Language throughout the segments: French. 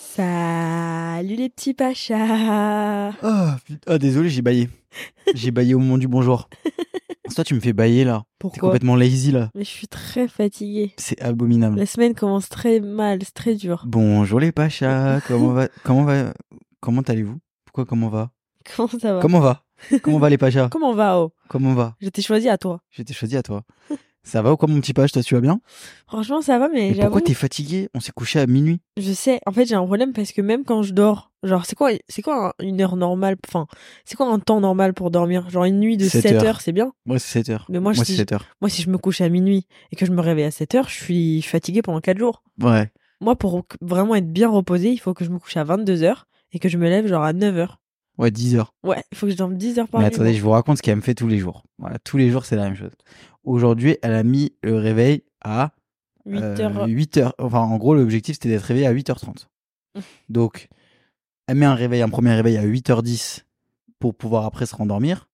Salut les petits pachas Ah, put- ah, désolé, j'ai baillé. J'ai baillé au moment du bonjour. Toi, tu me fais bailler là. T'es Pourquoi complètement lazy là. Mais je suis très fatiguée. C'est abominable. La semaine commence très mal, c'est très dur. Bonjour les pachas. Comment va Comment va Comment allez-vous Pourquoi comment va Comment ça va Comment va Comment va les pachas Comment va, oh Comment va Je t'ai choisi à toi. Je t'ai choisi à toi. Ça va ou quoi mon petit page Toi, tu vas bien Franchement, ça va, mais Mais pourquoi j'avoue, t'es fatigué On s'est couché à minuit. je sais. En fait, j'ai un problème parce que même quand je dors, genre, c'est quoi, c'est quoi un- une heure normale Enfin, c'est quoi un temps normal pour dormir Genre une nuit de Sept 7 heures, heures. c'est bien. Moi, c'est 7 heures. Mais moi, je c'est dis- 7 heures. Moi, si je me couche à minuit et que je me réveille à 7 heures, je suis fatiguée pendant 4 jours. Ouais. Moi, pour vraiment être bien reposée, il faut que je me couche à 22 heures et que je me lève genre à 9 heures. Ouais, 10 heures. Ouais, il faut que je dorme 10 heures par Mais nuit. attendez, je vous raconte ce qu'elle me fait tous les jours. Voilà, tous les jours, c'est la même chose. Aujourd'hui, elle a mis le réveil à 8 Euh, heures. 8 heures. Enfin, en gros, l'objectif, c'était d'être réveillé à 8h30. Mmh. Donc, elle met un réveil, un premier réveil à 8h10 pour pouvoir après se rendormir.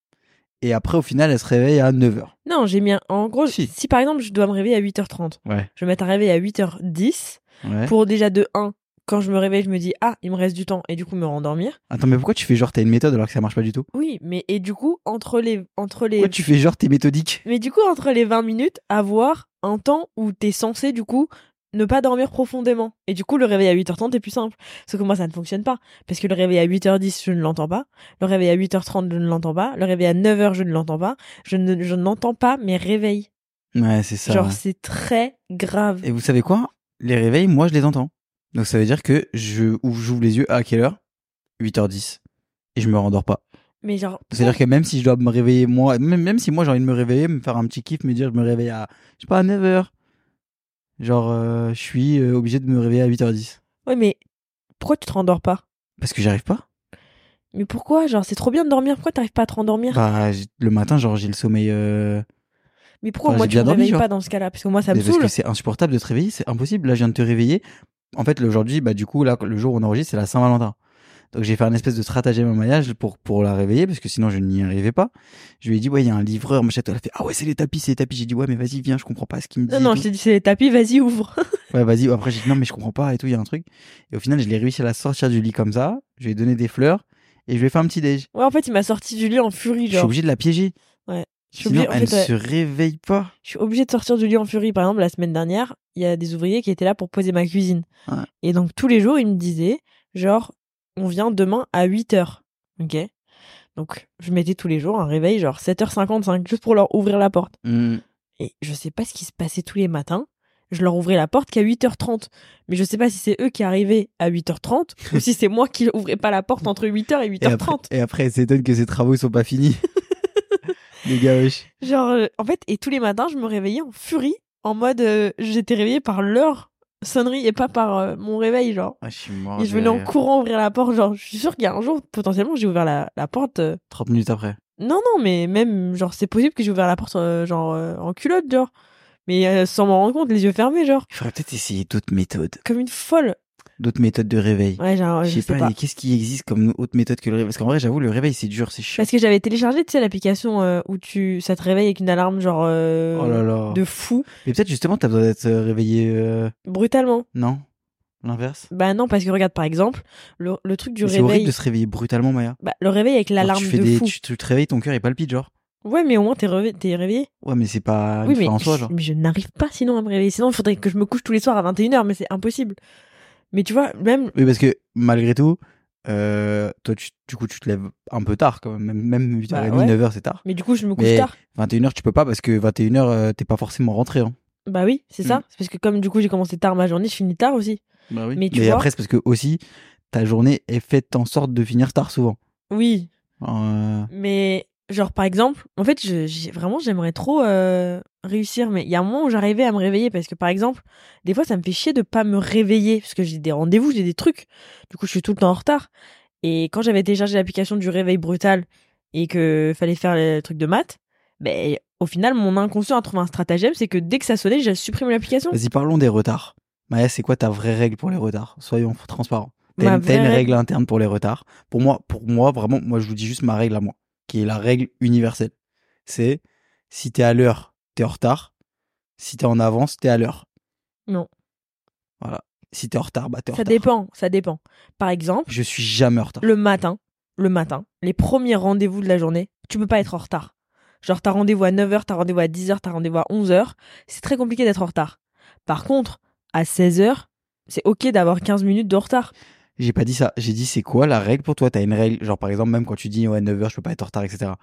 Et après, au final, elle se réveille à 9h. Non, j'ai mis un... En gros, si. Si. par exemple, je dois me réveiller à 8h30, Ouais. je vais mettre un réveil à 8h10 pour déjà de 1, quand je me réveille, je me dis « Ah, il me reste du temps » et du coup me rendormir. Attends, mais pourquoi tu fais genre t'as une méthode alors que ça marche pas du tout Oui, mais et du coup, entre les... Entre les... Pourquoi tu fais genre t'es méthodique Mais du coup, entre les 20 minutes, avoir un temps où t'es censé, du coup, ne pas dormir profondément. Et du coup, le réveil à 8h30 est plus simple. Sauf que moi, ça ne fonctionne pas. Parce que le réveil à 8h10, je ne l'entends pas. Le réveil à 8h30, je ne l'entends pas. Le réveil à 9h, je ne l'entends pas. Je ne- je n'entends pas mes réveils. Ouais, c'est ça. Genre, ouais. c'est très grave. Et vous savez quoi Les réveils, moi, je les entends. Donc, ça veut dire que je ou- j'ouvre les yeux à quelle heure 8h10. Et je me rendors pas. Mais genre, C'est-à-dire que même si je dois me réveiller, moi, même, même si moi j'ai envie de me réveiller, me faire un petit kiff, me dire je me réveille à, je sais pas, à 9h. Genre, euh, je suis euh, obligé de me réveiller à 8h10. ouais, mais pourquoi tu te rendors pas Parce que j'arrive pas. Mais pourquoi Genre, c'est trop bien de dormir. Pourquoi t'arrives pas à te rendormir Bah, j- le matin, genre, j'ai le sommeil. euh, Mais pourquoi bah, moi, j'ai tu me bien dormi, réveilles genre. pas dans ce cas-là Parce que moi, ça me mais parce saoule. que c'est insupportable de te réveiller, c'est impossible. Là, je viens de te réveiller. En fait, là, aujourd'hui, bah, du coup, là, le jour où on enregistre, c'est la Saint-Valentin. Donc, j'ai fait un espèce de stratagème à maillage pour, pour la réveiller, parce que sinon, je n'y arrivais pas. Je lui ai dit, ouais, il y a un livreur, machin. Elle a fait, ah ouais, c'est les tapis, c'est les tapis. J'ai dit, ouais, mais vas-y, viens, je comprends pas ce qu'il me dit. Non, et non, tout. je t'ai dit, c'est les tapis, vas-y, ouvre. Ouais, vas-y. Après, j'ai dit non, mais je comprends pas et tout, il y a un truc. Et au final, je l'ai réussi à la sortir du lit comme ça. Je lui ai donné des fleurs et je lui ai fait un petit déj. ouais, en fait, il m'a sorti du lit en furie, Je suis genre. obligé de la piéger. Je suis Sinon, obligée- en elle fait, ouais, se réveille pas. je suis obligée de sortir du lit en furie. Par exemple, la semaine dernière, il y a des ouvriers qui étaient là pour poser ma cuisine. Ouais. Et donc, tous les jours, ils me disaient, genre, on vient demain à 8 h Ok Donc, je mettais tous les jours un réveil, genre 7h55, juste pour leur ouvrir la porte. Mmh. Et je sais pas ce qui se passait tous les matins. Je leur ouvrais la porte qu'à 8h30. Mais je sais pas si c'est eux qui arrivaient à 8h30 ou si c'est moi qui ouvrais pas la porte entre 8h et Et 8h30. après, et après, elle s'étonne que ses travaux ils sont pas finis. Les gars, wesh. Genre, euh, en fait, et tous les matins, je me réveillais en furie, en mode euh, j'étais réveillée par leur sonnerie et pas par euh, mon réveil, genre. Ah, je suis mort. et je venais en courant ouvrir la porte, genre, je suis sûre qu'il y a un jour, potentiellement, j'ai ouvert la, la porte. euh, 30 minutes après. Non, non, mais même, genre, c'est possible que j'ai ouvert la porte, euh, genre, euh, en culotte, genre. Mais euh, sans m'en rendre compte, les yeux fermés, genre. Il faudrait peut-être essayer d'autres méthodes. Comme une folle. D'autres méthodes de réveil. Ouais, genre, je sais pas, pas. mais qu'est-ce qui existe comme autre méthode que le réveil Parce qu'en vrai, j'avoue, le réveil, c'est dur, c'est chiant. Parce que j'avais téléchargé, tu sais, l'application euh, où tu, ça te réveille avec une alarme, genre, euh, Oh là là. de fou, Mais peut-être justement, t'as besoin d'être euh, réveillé. euh, brutalement. Non L'inverse Bah non, parce que regarde, par exemple, le, le truc du Mais C'est horrible réveil. de se réveiller brutalement, Maya. Bah, le réveil avec Genre, l'alarme tu fais de des- fou. Tu, tu te réveilles, ton cœur il palpite, genre. Ouais, mais au moins t'es reve- t'es réveillé. Ouais, mais c'est pas oui, une mais, fin en soi, je- genre. mais je n'arrive pas sinon à me réveiller. Sinon, il faudrait que je me couche tous les soirs à 21h, mais c'est impossible. Mais tu vois, même. Oui, parce que malgré tout, euh, toi, tu, du coup, tu te lèves un peu tard quand même. Même 8h30, Bah ouais. 9h, c'est tard. Mais du coup, je me couche Mais- tard. 21h, tu peux pas parce que 21h, euh, t'es pas forcément rentré. Hein. Bah oui, c'est ça. Mm. C'est parce que comme du coup, j'ai commencé tard ma journée, je finis tard aussi. Bah Mais tu vois- après, c'est parce que aussi, ta journée est faite en sorte de finir tard souvent. Oui, Euh, mais Genre, par exemple, en fait, je, j'ai- vraiment, j'aimerais trop euh, réussir, mais il y a un moment où j'arrivais à me réveiller parce que, par exemple, des fois, ça me fait chier de pas me réveiller parce que j'ai des rendez-vous, j'ai des trucs. Du coup, je suis tout le temps en retard. Et quand j'avais téléchargé l'application du réveil brutal et que fallait faire le truc de maths, ben, au final, mon inconscient a trouvé un stratagème, c'est que dès que ça sonnait, j'ai supprimé l'application. Vas-y, parlons des retards. Maya, c'est quoi ta vraie règle pour les retards Soyons transparents. T'as Ma une, t'as une vraie règle interne pour les retards. Pour moi, pour moi, vraiment, moi, je vous dis juste ma règle à moi, qui est la règle universelle. C'est si t'es à l'heure, t'es en retard. Si t'es en avance, t'es à l'heure. Non. Voilà. Si t'es en retard, bah t'es en Ça retard. dépend, ça dépend. Par exemple, Je suis jamais en retard. le matin, le matin, les premiers rendez-vous de la journée, tu peux pas être en retard. Genre, t'as rendez-vous à 9h, t'as rendez-vous à 10h, t'as rendez-vous à 11h. C'est très compliqué d'être en retard. Par contre, à 16h, c'est ok d'avoir 15 minutes de retard. J'ai pas dit ça. J'ai dit c'est quoi la règle pour toi T'as une règle, genre par exemple, même quand tu dis ouais 9h, je peux pas être en retard, etc.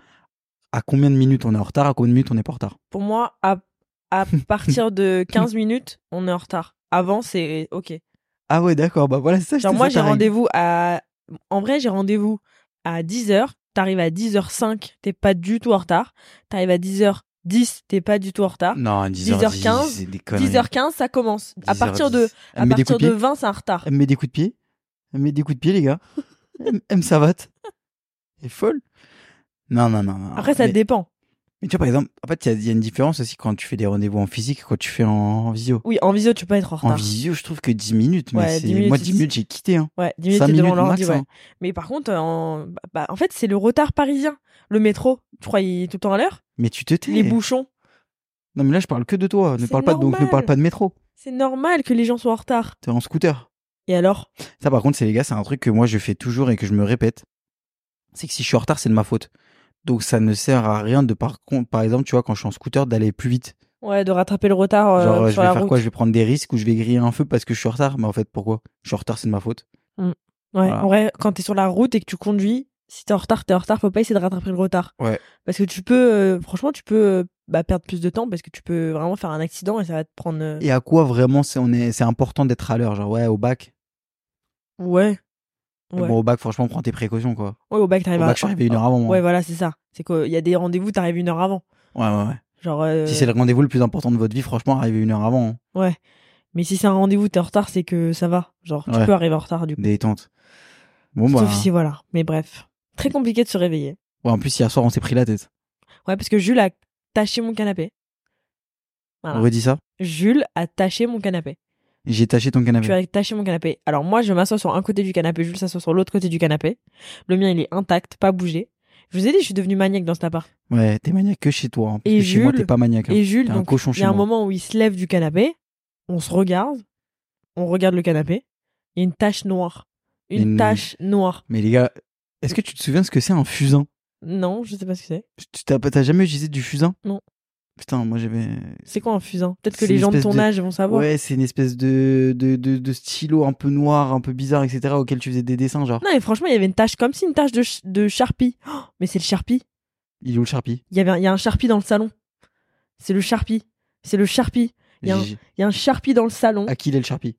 À combien de minutes on est en retard À combien de minutes on est pas en retard Pour moi, à, à partir de 15 minutes, on est en retard. Avant, c'est ok. Ah ouais, d'accord. Bah voilà, c'est ça. Genre, c'était moi, ça, j'ai ta règle. rendez-vous à. En vrai, j'ai rendez-vous à 10h. T'arrives à 10h05, t'es pas du tout en retard. T'arrives à 10h10, t'es pas du tout en retard. Non, 10h10, 10h15, c'est des conneries. 10h15, ça commence. À 10h10. partir de, Elle à me met des Eh partir coups de de pied. 20, c'est un retard. Elle me met des coups de pied. Elle me met des coups de pied, les gars. elle, elle me savate. Elle est folle. Non, non, non. non. Après, ça ben, mais, dépend. mais tu vois, par exemple, en fait, il y a- il y, a une différence aussi quand tu fais des rendez-vous en physique et quand tu fais en, en visio. Oui, en visio, tu peux être en En retard. visio, je trouve que 10 minutes, mais Ah. Ouais, c'est- 10 minutes, moi, c'est- 10 minutes, j'ai quitté. Hein. Ouais, 10 minutes, 5 t'es devant minutes l'ordi, max. ouais. hein. Mais par contre, en, bah, bah, en fait, c'est le retard parisien. Le métro, tu crois, il est tout le temps à l'heure Mais tu te tais. Les bouchons. Non, mais là, je parle que de toi. Ne C'est parle pas, de- donc, ne normal. parle pas de métro. C'est normal que les gens soient en retard. T'es en scooter. Et alors Ça, par contre, c'est les gars, c'est un truc que moi je fais toujours et que je me répète. C'est que si je suis en retard, c'est de ma faute. Donc ça ne sert à rien de par contre, par exemple, tu vois, quand je suis en scooter, d'aller plus vite. Ouais, de rattraper le retard euh, Genre, euh, je sur vais la faire route. quoi Je vais prendre des risques ou je vais griller un feu parce que je suis en retard. Mais en fait, pourquoi Je suis en retard, c'est de ma faute. Ouais, Voilà. en vrai, quand t'es sur la route et que tu conduis, si t'es en retard, t'es en retard, faut pas essayer de rattraper le retard. Ouais. Parce que tu peux, euh, franchement, tu peux euh, bah, perdre plus de temps parce que tu peux vraiment faire un accident et ça va te prendre. euh, Et à quoi vraiment c'est on est, c'est important d'être à l'heure Genre, ouais, au bac. Ouais. Mais Ouais. Bon, au bac, franchement, prends tes précautions, quoi. Ouais, au bac, Au t'arrives à- bac, je suis arrivé une heure avant. moi. Ouais, voilà, c'est ça. C'est qu'il y a des rendez-vous, t'arrives une heure avant. Ouais, ouais, ouais. Genre. euh, Si c'est le rendez-vous le plus important de votre vie, franchement, arrivez une heure avant. hein. Ouais. Mais si c'est un rendez-vous, t'es en retard, c'est que ça va. Genre, tu Ouais. peux arriver en retard du coup. Détente. Bon, bah. Sauf si voilà. Mais bref. Très compliqué de se réveiller. ouais, en plus, hier soir, on s'est pris la tête. Ouais, parce que Jules a taché mon canapé. Voilà. On redit ça. Jules a taché mon canapé. J'ai taché ton canapé. Tu as taché mon canapé. Alors moi, je m'assois sur un côté du canapé, Jules s'assoit sur l'autre côté du canapé. Le mien, il est intact, pas bougé. Je vous ai dit, je suis devenue maniaque dans cet appart. Ouais, t'es maniaque que chez toi. hein, parce Et que chez moi, Jules- t'es pas maniaque. hein. Et Jules, T'es un donc, cochon il chez y a un moi. moment où il se lève du canapé, on se regarde, on regarde le canapé, il y a une tache noire. Une, Une- tache noire. Mais les gars, est-ce que tu te souviens ce que c'est un fusain Non, je sais pas ce que c'est. Tu t'as, t'as jamais utilisé du fusain Non. Putain, moi j'avais. C'est quoi un fusain Peut-être que C'est les une gens de espèce ton de- âge vont savoir. Ouais, c'est une espèce de, de, de, de stylo un peu noir, un peu bizarre, etc. auquel tu faisais des dessins, genre. Non, mais franchement, il y avait une tache comme si une tache de, ch- de charpie. Oh, mais c'est le charpie. Il est où le Sharpie Il y, avait un- il y a un charpie dans le salon. C'est le charpie. C'est le charpie. Il y a un- J'ai- Il y a un charpie dans le salon. À qui il est le Sharpie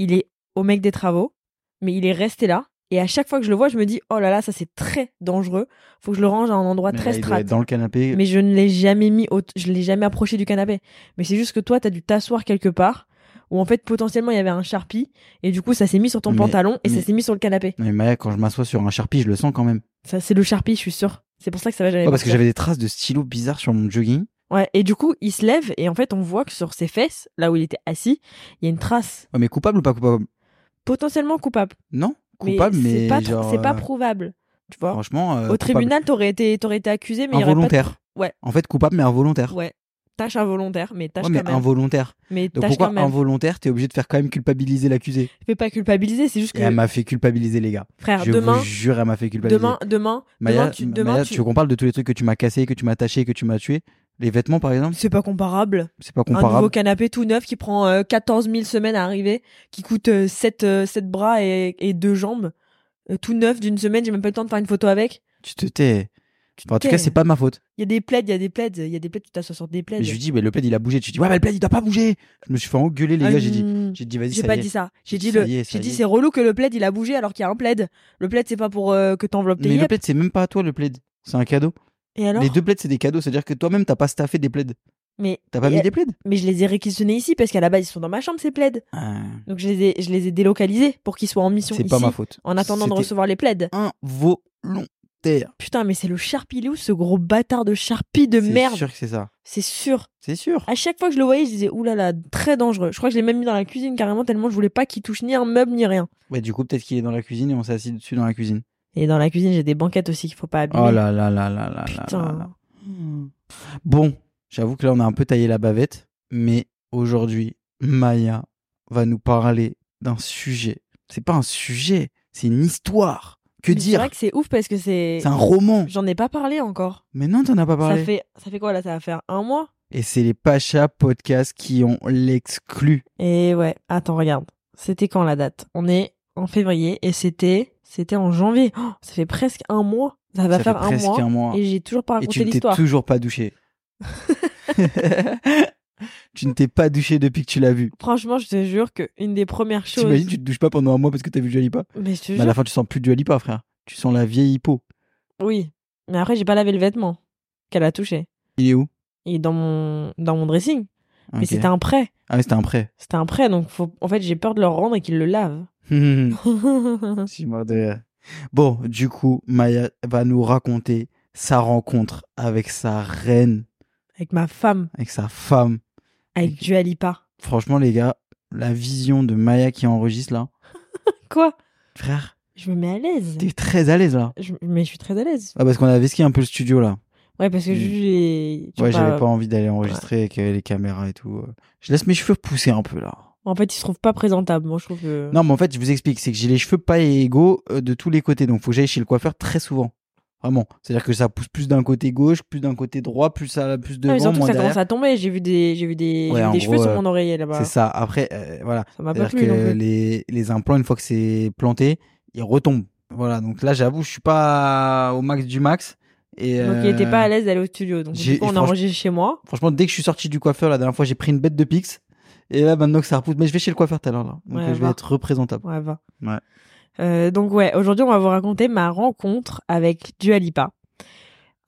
Il est au mec des travaux, mais il est resté là. Et à chaque fois que je le vois, je me dis oh là là, ça c'est très dangereux. Faut que je le range à un endroit Mais très là, il doit strat. être Dans le canapé. Mais je ne l'ai jamais mis, au- je l'ai jamais approché du canapé. Mais c'est juste que toi, t'as dû t'asseoir quelque part où en fait potentiellement il y avait un charpie et du coup ça s'est mis sur ton Mais- pantalon et mais- ça s'est mis sur le canapé. Non, mais Maya, quand je m'assois sur un Sharpie, je le sens quand même. Ça c'est le charpie, je suis sûre. Eh ben, C'est pour ça que ça va jamais. Ouais, parce que partir. j'avais des traces de stylo bizarres sur mon jogging. Ouais. Et du coup il se lève et en fait on voit que sur ses fesses, là où il était assis, il y a une trace Ouais, mais coupable ou pas coupable potentiellement coupable. Non Coupable, mais. c'est pas, tr- genre, c'est pas euh, prouvable. Tu vois. Franchement. euh, Au coupable. tribunal, t'aurais été, t'aurais été accusé, mais il y aurait pas. Involontaire. Ouais. En fait, coupable, mais involontaire. de- Ouais. Tâche involontaire, mais tâche Ouais, mais quand même. involontaire. Mais Donc tâche pourquoi quand même. involontaire T'es obligé de faire quand même culpabiliser l'accusé. Fais pas culpabiliser, c'est juste Et que elle m'a fait culpabiliser, les gars. frère, Eh, je demain, vous jure, elle m'a fait culpabiliser. demain, demain, Maya, demain, tu, Maya, demain, tu tu- veux qu'on parle de tous les trucs que tu m'as cassé, que tu m'as taché, que tu m'as tué Les vêtements, par exemple, c'est pas comparable. c'est pas Un nouveau comparable. canapé tout neuf qui prend euh, 14 000 semaines à arriver, qui coûte euh, 7, bras et, et 2 jambes, Euh, tout neuf d'une semaine, j'ai même pas le temps de faire une photo avec. Tu te tais. Enfin, en tais. tout cas, c'est pas de ma faute. Il y a des plaides, il y a des plaides, il y a des plaides, tu t'assois sur des plaides. Et je lui dis, mais le plaid, il a bougé. Tu dis, ouais, mais le plaid, il doit pas bouger. Je me suis fait engueuler, les Ah, gars. J'ai dit, hmm. j'ai dit, vas-y, J'ai ça pas y est. dit ça. J'ai Ça dit le. y est, ça J'ai y dit est. c'est relou que le plaid il a bougé alors qu'il y a un plaid. Le plaid c'est pas pour euh, que t'enveloppes tes Mais le yeux. plaid, c'est même pas à toi, le plaid. C'est un cadeau. Et alors Les deux plaids, c'est des cadeaux. C'est-à-dire que toi-même, t'as pas staffé des plaids. mais, T'as pas et- mis des plaids mais je les ai réquisitionnés ici parce qu'à la base, ils sont dans ma chambre, ces plaids. Ah, Donc je les ai, je les ai délocalisés pour qu'ils soient en mission C'est ici pas ma faute. en attendant de C'était recevoir les plaids. Involontaire. Putain, mais c'est le Sharpie ou ce gros bâtard de Sharpie de C'est merde sûr que c'est ça. C'est sûr. C'est sûr. À chaque fois que je le voyais, je disais, oulala, très dangereux. Je crois que je l'ai même mis dans la cuisine carrément tellement je voulais pas qu'il touche ni un meuble ni rien. Ouais, Bah, du coup, peut-être qu'il est dans la cuisine et on s'est assis dessus dans la cuisine. Et dans la cuisine, j'ai des banquettes aussi qu'il faut pas abîmer. Oh là là là là là là Putain. là là. Bon, j'avoue que là, on a un peu taillé la bavette, mais aujourd'hui, Maya va nous parler d'un sujet. C'est pas un sujet, c'est une histoire. Que Mais C'est dire vrai que c'est ouf parce que c'est. C'est un roman. J'en ai pas parlé encore. Mais non, t'en as pas parlé. Ça fait, ça fait quoi là Ça va faire un mois Et c'est les Pacha Podcasts qui ont l'exclu. Et ouais, attends, regarde. C'était quand la date On est en février et c'était c'était en janvier. Oh, ça fait presque un mois. Ça va Ça faire fait un presque mois, un mois. et j'ai toujours pas Et raconté tu ne t'es l'histoire. toujours pas douché. tu ne t'es pas douché depuis que tu l'as vu. Franchement, je te jure que une des premières choses. T'imagines, tu te douches pas pendant un mois parce que t'as vu Dualipa. Mais je te Mais à jure. la fin, tu sens plus Dualipa, frère. Tu sens la vieille peau. Oui. Mais après, j'ai pas lavé le vêtement qu'elle a touché. Il est où Il est dans mon dans mon dressing. Mais Ok. c'était un prêt. Ah ouais, c'était un prêt. C'était un prêt, donc faut. En fait, j'ai peur de leur rendre et qu'ils le lavent. Je suis mort de rire. Bon, du coup, Maya va nous raconter sa rencontre avec sa reine, avec ma femme, avec sa femme. avec Ok. Dualipa. Franchement, les gars, la vision de Maya qui enregistre là, Quoi frère, Je me mets à l'aise. t'es très à l'aise là. Je- mais je suis très à l'aise. Ah, parce qu'on avait ski un peu le studio là. Ouais, parce que Mm. j'ai. tu Ouais, vois, j'avais pas envie d'aller enregistrer avec euh, les caméras et tout. euh. Je laisse mes cheveux pousser un peu là. En fait, il se trouve pas présentable. Moi, je trouve que. Non, mais en fait, je vous explique, c'est que j'ai les cheveux pas égaux euh, de tous les côtés, donc faut que j'aille chez le coiffeur très souvent. Vraiment. C'est-à-dire que ça pousse plus d'un côté gauche, plus d'un côté droit, plus ça, plus Non, Ah, mais devant, surtout, moins ça commence derrière. à tomber. J'ai vu des, j'ai vu des, Ouais, j'ai vu en des gros, cheveux sur euh, mon oreiller là-bas. C'est ça. Après, euh, voilà. Ça m'a pas C'est-à-dire plu. non que plus. les, les implants, une fois que c'est planté, ils retombent. Voilà. Donc là, j'avoue, je suis pas au max du max. Et, Donc, il était euh, pas à l'aise d'aller au studio. Donc, j'ai- du coup, on a franchement- enregistré chez moi. Franchement, dès que je suis sorti du coiffeur, la dernière fois, j'ai pris une bête de pix. Et là, maintenant que ça repousse, mais je vais chez le coiffeur tout à l'heure, là. Donc, Ouais, bah. euh, je vais va. être représentable. Ouais, va. Ouais. Euh, donc, ouais, aujourd'hui, on va vous raconter ma rencontre avec Dualipa.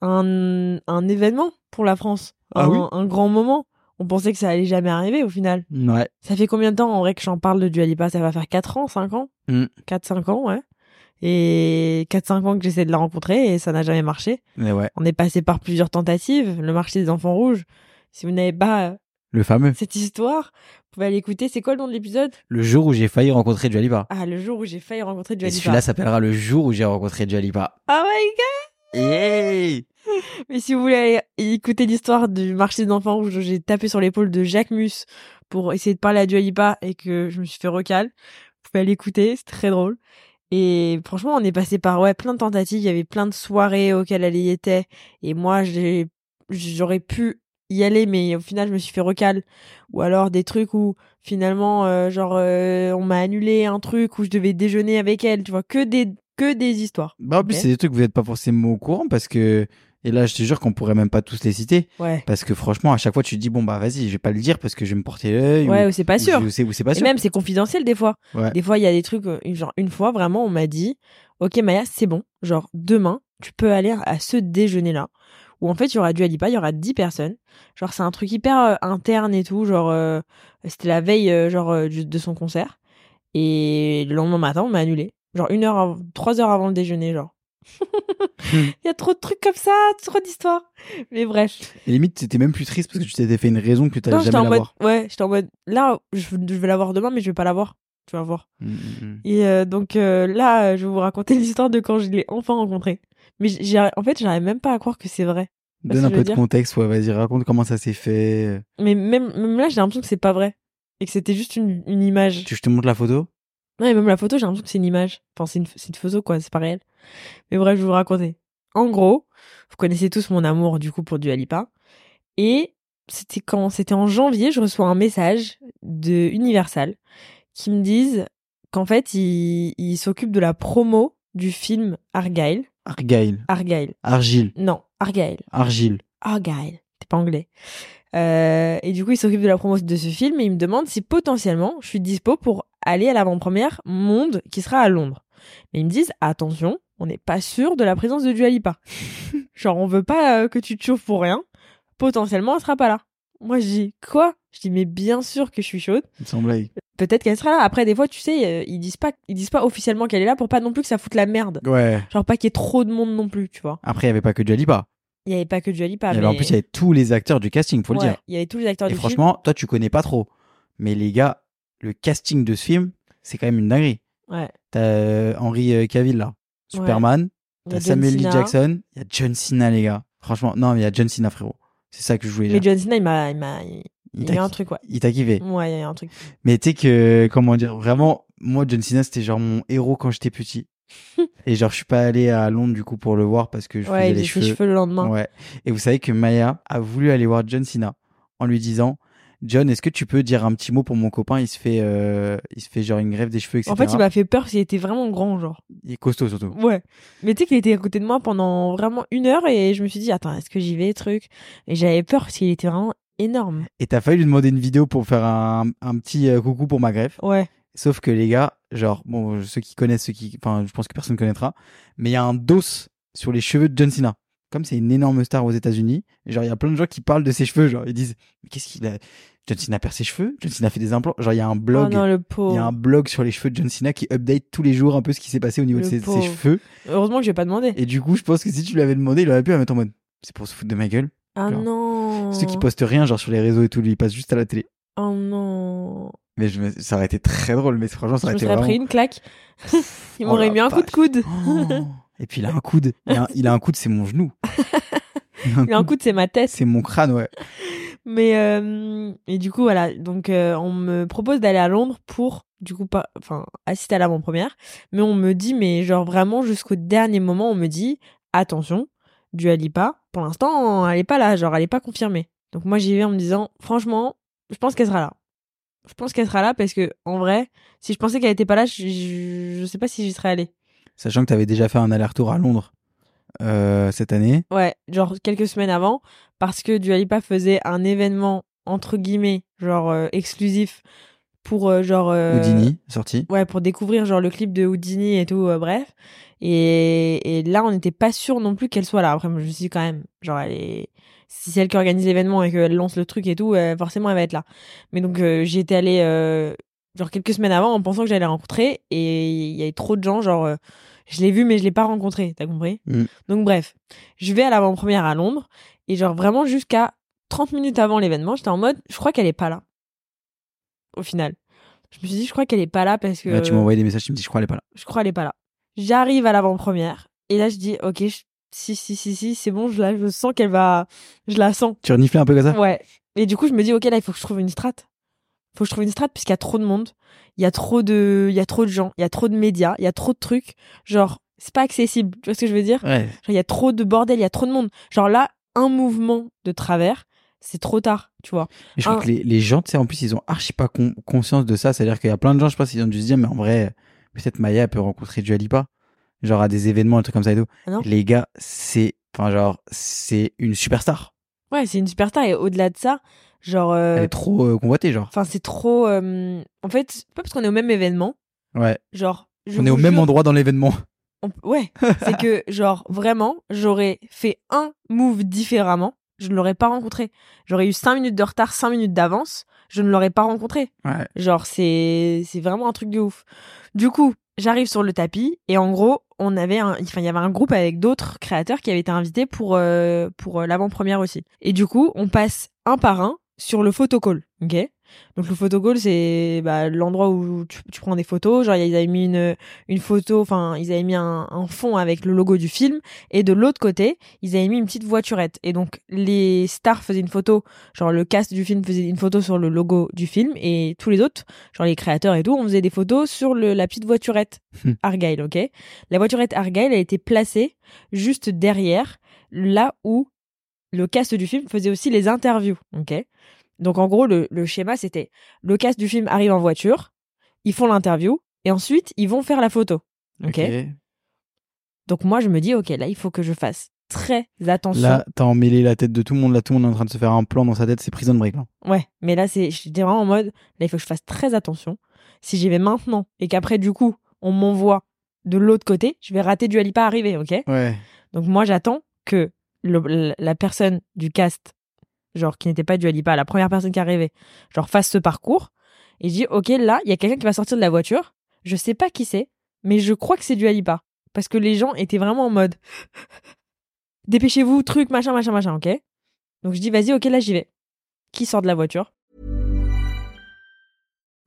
Un, un événement pour la France. Ah un, oui un grand moment. On pensait que ça allait jamais arriver au final. Ouais. Ça fait combien de temps en vrai que j'en parle de Dualipa Ça va faire 4 ans, 5 ans Mm. 4-5 ans, ouais. Et 4-5 ans que j'essaie de la rencontrer et ça n'a jamais marché. Mais ouais. On est passé par plusieurs tentatives, le marché des enfants rouges. Si vous n'avez pas euh, Le fameux. cette histoire, vous pouvez aller écouter. C'est quoi le nom de l'épisode Le jour où j'ai failli rencontrer Dualipa. Ah, le jour où j'ai failli rencontrer Et Dualipa. celui-là s'appellera le jour où j'ai rencontré Dualipa. Oh my god Yay! Mais si vous voulez aller écouter l'histoire du marché des enfants rouges, où j'ai tapé sur l'épaule de Jacques Mus pour essayer de parler à Dualipa et que je me suis fait recal. Vous pouvez aller écouter, c'est très drôle. Et franchement, on est passé par ouais, plein de tentatives, il y avait plein de soirées auxquelles elle y était. Et moi, j'ai- j'aurais pu y aller, mais au final, je me suis fait recal. Ou alors des trucs où finalement, euh, genre, euh, on m'a annulé un truc où je devais déjeuner avec elle, tu vois, que des, que des histoires. Bah, en plus, Ok. c'est des trucs que vous n'êtes pas forcément au courant parce que. Et là, je te jure qu'on pourrait même pas tous les citer. Ouais. Parce que franchement, à chaque fois, tu te dis, bon, bah, vas-y, je vais pas le dire parce que je vais me porter l'œil. Ouais, ou, ou c'est pas ou sûr. je- Ou c'est ou c'est pas Et sûr. même, c'est confidentiel des fois. Ouais. Des fois, il y a des trucs, euh, genre, une fois, vraiment, on m'a dit, OK, Maya, c'est bon. Genre, demain, tu peux aller à ce déjeuner-là. Où en fait, il y aura du Alipa, il y aura 10 personnes. Genre, c'est un truc hyper euh, interne et tout. Genre, euh, c'était la veille, euh, genre, euh, du- de son concert. Et le lendemain matin, on m'a annulé. Genre, une heure, av- trois heures avant le déjeuner, genre. Il y a trop de trucs comme ça, trop d'histoires. Mais bref. Et limite, t'étais même plus triste parce que tu t'étais fait une raison que tu Non, t'allais j'étais jamais en mode, l'avoir. ouais, j'étais en mode, là, je, je vais l'avoir demain, mais je vais pas l'avoir. Tu vas voir. Mm, mm, mm. Et euh, donc euh, là, euh, je vais vous raconter l'histoire de quand je l'ai enfin rencontré. Mais j- j'ai- en fait, j'arrive même pas à croire que c'est vrai. Parce que Donne un je peu veux de Bah, dire- contexte, ouais, vas-y, raconte comment ça s'est fait. Mais même, même là, j'ai l'impression que c'est pas vrai. Et que c'était juste une, une image. Tu, je te montre la photo Non, et même la photo, j'ai l'impression que c'est une image. Enfin, c'est une, c'est une photo, quoi, c'est pas réel. Mais bref, je vais vous raconter. En gros, vous connaissez tous mon amour, du coup, pour du Alipa. Et c'était quand C'était en janvier, je reçois un message de Universal qui me disent qu'en fait, ils ils s'occupent de la promo du film Argyle. Argyle. Argyle. Argile. Non, Argyle. Argile. Argyle. T'es pas anglais. Euh, et du coup, il s'occupe de la promotion de ce film et il me demande si potentiellement je suis dispo pour aller à l'avant-première Monde qui sera à Londres. Mais ils me disent attention, on n'est pas sûr de la présence de Dualipa. Genre, on veut pas euh, que tu te chauffes pour rien. Potentiellement, elle sera pas là. Moi, je dis, quoi Je dis, mais bien sûr que je suis chaude. Il me semblait. Peut-être qu'elle sera là. Après, des fois, tu sais, euh, ils disent pas, ils disent pas officiellement qu'elle est là pour pas non plus que ça foute la merde. Ouais. Genre, pas qu'il y ait trop de monde non plus, tu vois. Après, il n'y avait pas que Dualipa. Il y avait pas que Dualipa. Il y avait- En plus, il y avait tous les acteurs du casting, faut le dire. Il y avait tous les acteurs Et du franchement, toi, tu connais pas trop. Mais les gars, le casting de ce film, c'est quand même une dinguerie. film. Ouais. T'as euh, Henry euh, Cavill, là. Superman. Il y a T'as John Samuel Lee Cena. Jackson. Il y a John Cena, les gars. Franchement, non, mais il y a John Cena, frérot. C'est ça que je voulais Mais dire. John Cena, il m'a, il m'a, il, Il il t'a y a un ki- truc, ouais. il t'a kiffé. Ouais, il y a un truc. Mais tu sais que, comment dire, vraiment, moi, John Cena, c'était genre mon héros quand j'étais petit. Et genre, je suis pas allé à Londres, du coup, pour le voir parce que je Ouais, faisais il les a cheveux. ses cheveux le lendemain. Ouais. Et vous savez que Maya a voulu aller voir John Cena en lui disant John, est-ce que tu peux dire un petit mot pour mon copain Il se fait, euh, il se fait genre une grève des cheveux, etc. En fait, il m'a fait peur parce qu'il était vraiment grand, genre. Il est costaud surtout. Ouais. Mais tu sais qu'il était à côté de moi pendant vraiment une heure et je me suis dit, attends, est-ce que j'y vais, truc Et j'avais peur parce qu'il était vraiment énorme. Et t'as failli lui demander une vidéo pour faire un, un petit euh, coucou pour ma greffe. Ouais. Sauf que les gars, genre, bon, ceux qui connaissent, ceux qui, enfin, je pense que personne connaîtra, mais il y a un dos sur les cheveux de John Cena. Comme c'est une énorme star aux États-Unis, genre, il y a plein de gens qui parlent de ses cheveux, genre, ils disent, mais qu'est-ce qu'il a John Cena perd ses cheveux John Cena fait des implants Genre, il y a un blog. Oh non, le Il pauvre. y a un blog sur les cheveux de John Cena qui update tous les jours un peu ce qui s'est passé au niveau Le de ses, ses pauvre. cheveux. Heureusement que j'ai pas demandé. Et du coup, je pense que si tu l'avais demandé, il aurait pu la mettre en mode c'est pour se foutre de ma gueule. Ah Genre, non. Ceux qui postent rien, genre sur les réseaux et tout, lui, il passe juste à la télé. Oh non. Mais je me- ça aurait été très drôle, mais franchement, Je ça aurait me été serais pris vraiment. une claque. Il Oh m'aurait la mis un coup de vache. coude. Oh. et puis il a un coude. Il a un, il a un coude, c'est mon genou. Il a un Il a un coude, coup de c'est ma tête. C'est mon crâne, ouais. Mais euh, et du coup voilà, donc euh, on me propose d'aller à Londres pour du coup pas enfin assister à l'avant-première, mais on me dit mais genre vraiment jusqu'au dernier moment on me dit attention, Dua Lipa, pour l'instant elle est pas là, genre elle est pas confirmée. Donc moi j'y vais en me disant franchement, je pense qu'elle sera là. Je pense qu'elle sera là parce que en vrai, si je pensais qu'elle était pas là, je, je, je sais pas si j'y serais allée. Sachant que t'avais déjà fait un aller-retour à Londres euh, cette année. Ouais, genre quelques semaines avant, parce que Dua Lipa faisait un événement entre guillemets, genre euh, exclusif pour euh, genre. euh, Houdini, sorti. Ouais, pour découvrir genre le clip de Houdini et tout, euh, bref. Et, et là, on n'était pas sûr non plus qu'elle soit là. Après, moi, je me suis dit quand même, genre elle est, si c'est elle qui organise l'événement et qu'elle lance le truc et tout, euh, forcément elle va être là. Mais donc euh, j'y étais allée euh, genre quelques semaines avant en pensant que j'allais la rencontrer et il y avait trop de gens genre. euh, je l'ai vu mais je l'ai pas rencontré, t'as compris Mm. Donc bref, je vais à l'avant-première à Londres et genre vraiment jusqu'à 30 minutes avant l'événement, j'étais en mode je crois qu'elle est pas là. Au final. Je me suis dit je crois qu'elle est pas là parce que Là, Bah, tu m'as envoyé des messages, tu me dis, je crois, elle est pas là. je crois elle est pas là. J'arrive à l'avant-première et là je dis OK, je- si si si si, c'est bon, je la je sens qu'elle va je la sens. Tu reniflais un peu comme ça Ouais. Et du coup, je me dis, ok, là, il faut que je trouve une strate. Faut que je trouve une strate puisqu'il y a trop de monde. Il y a trop de, il y a trop de gens. Il y a trop de médias. Il y a trop de trucs. Genre, c'est pas accessible. Tu vois ce que je veux dire? Ouais. Genre, il y a trop de bordel. Il y a trop de monde. Genre là, un mouvement de travers, c'est trop tard. Tu vois? Mais je crois Un- que les, les gens, tu sais, en plus, ils ont archi pas con- conscience de ça. C'est-à-dire qu'il y a plein de gens, je pense, ils ont dû se dire, mais en vrai, peut-être Maya elle peut rencontrer Dualipa. Genre à des événements, un truc comme ça et tout. Ah non. Les gars, c'est, enfin, genre, c'est une superstar. Ouais, c'est une superstar. Et au-delà de ça, genre, euh, Elle est trop euh, convoitée, genre. enfin, c'est trop, euh, en fait, c'est pas parce qu'on est au même événement. Ouais. Genre, je On est vous au même jure- endroit dans l'événement. On peut- Ouais, c'est que genre vraiment, j'aurais fait un move différemment, je ne l'aurais pas rencontré. J'aurais eu 5 minutes de retard, 5 minutes d'avance, je ne l'aurais pas rencontré. Ouais. Genre c'est c'est vraiment un truc de ouf. Du coup, j'arrive sur le tapis et en gros, on avait un enfin il y avait un groupe avec d'autres créateurs qui avaient été invités pour euh, pour euh, l'avant-première aussi. Et du coup, on passe un par un sur le photocall, OK donc le photocall c'est bah, l'endroit où tu, tu prends des photos, genre ils avaient mis une, une photo, enfin, ils avaient mis un, un fond avec le logo du film, et de l'autre côté, ils avaient mis une petite voiturette. Et donc, les stars faisaient une photo, genre le cast du film faisait une photo sur le logo du film, et tous les autres, genre les créateurs et tout, on faisait des photos sur le, la petite voiturette Hmm. Argyle, ok La voiturette Argyle a été placée juste derrière, là où le cast du film faisait aussi les interviews, ok Donc, en gros, le, le schéma, c'était le cast du film arrive en voiture, ils font l'interview, et ensuite, ils vont faire la photo. ok. Donc moi, je me dis, ok, là, il faut que je fasse très attention. Là, t'as emmêlé la tête de tout le monde. Là, tout le monde est en train de se faire un plan dans sa tête. C'est prison break, là. Ouais, mais là, c'est, j'étais vraiment en mode, là, il faut que je fasse très attention. Si j'y vais maintenant et qu'après, du coup, on m'envoie de l'autre côté, je vais rater du pas arriver, ok Ouais. Donc moi j'attends que le- la- la personne du cast, genre qui n'était pas du Alipa, la première personne qui arrivait, genre fasse ce parcours et je dis ok là il y a quelqu'un qui va sortir de la voiture, je sais pas qui c'est, mais je crois que c'est du Alipa parce que les gens étaient vraiment en mode dépêchez-vous truc machin machin machin, ok Donc je dis vas-y ok là j'y vais. Qui sort de la voiture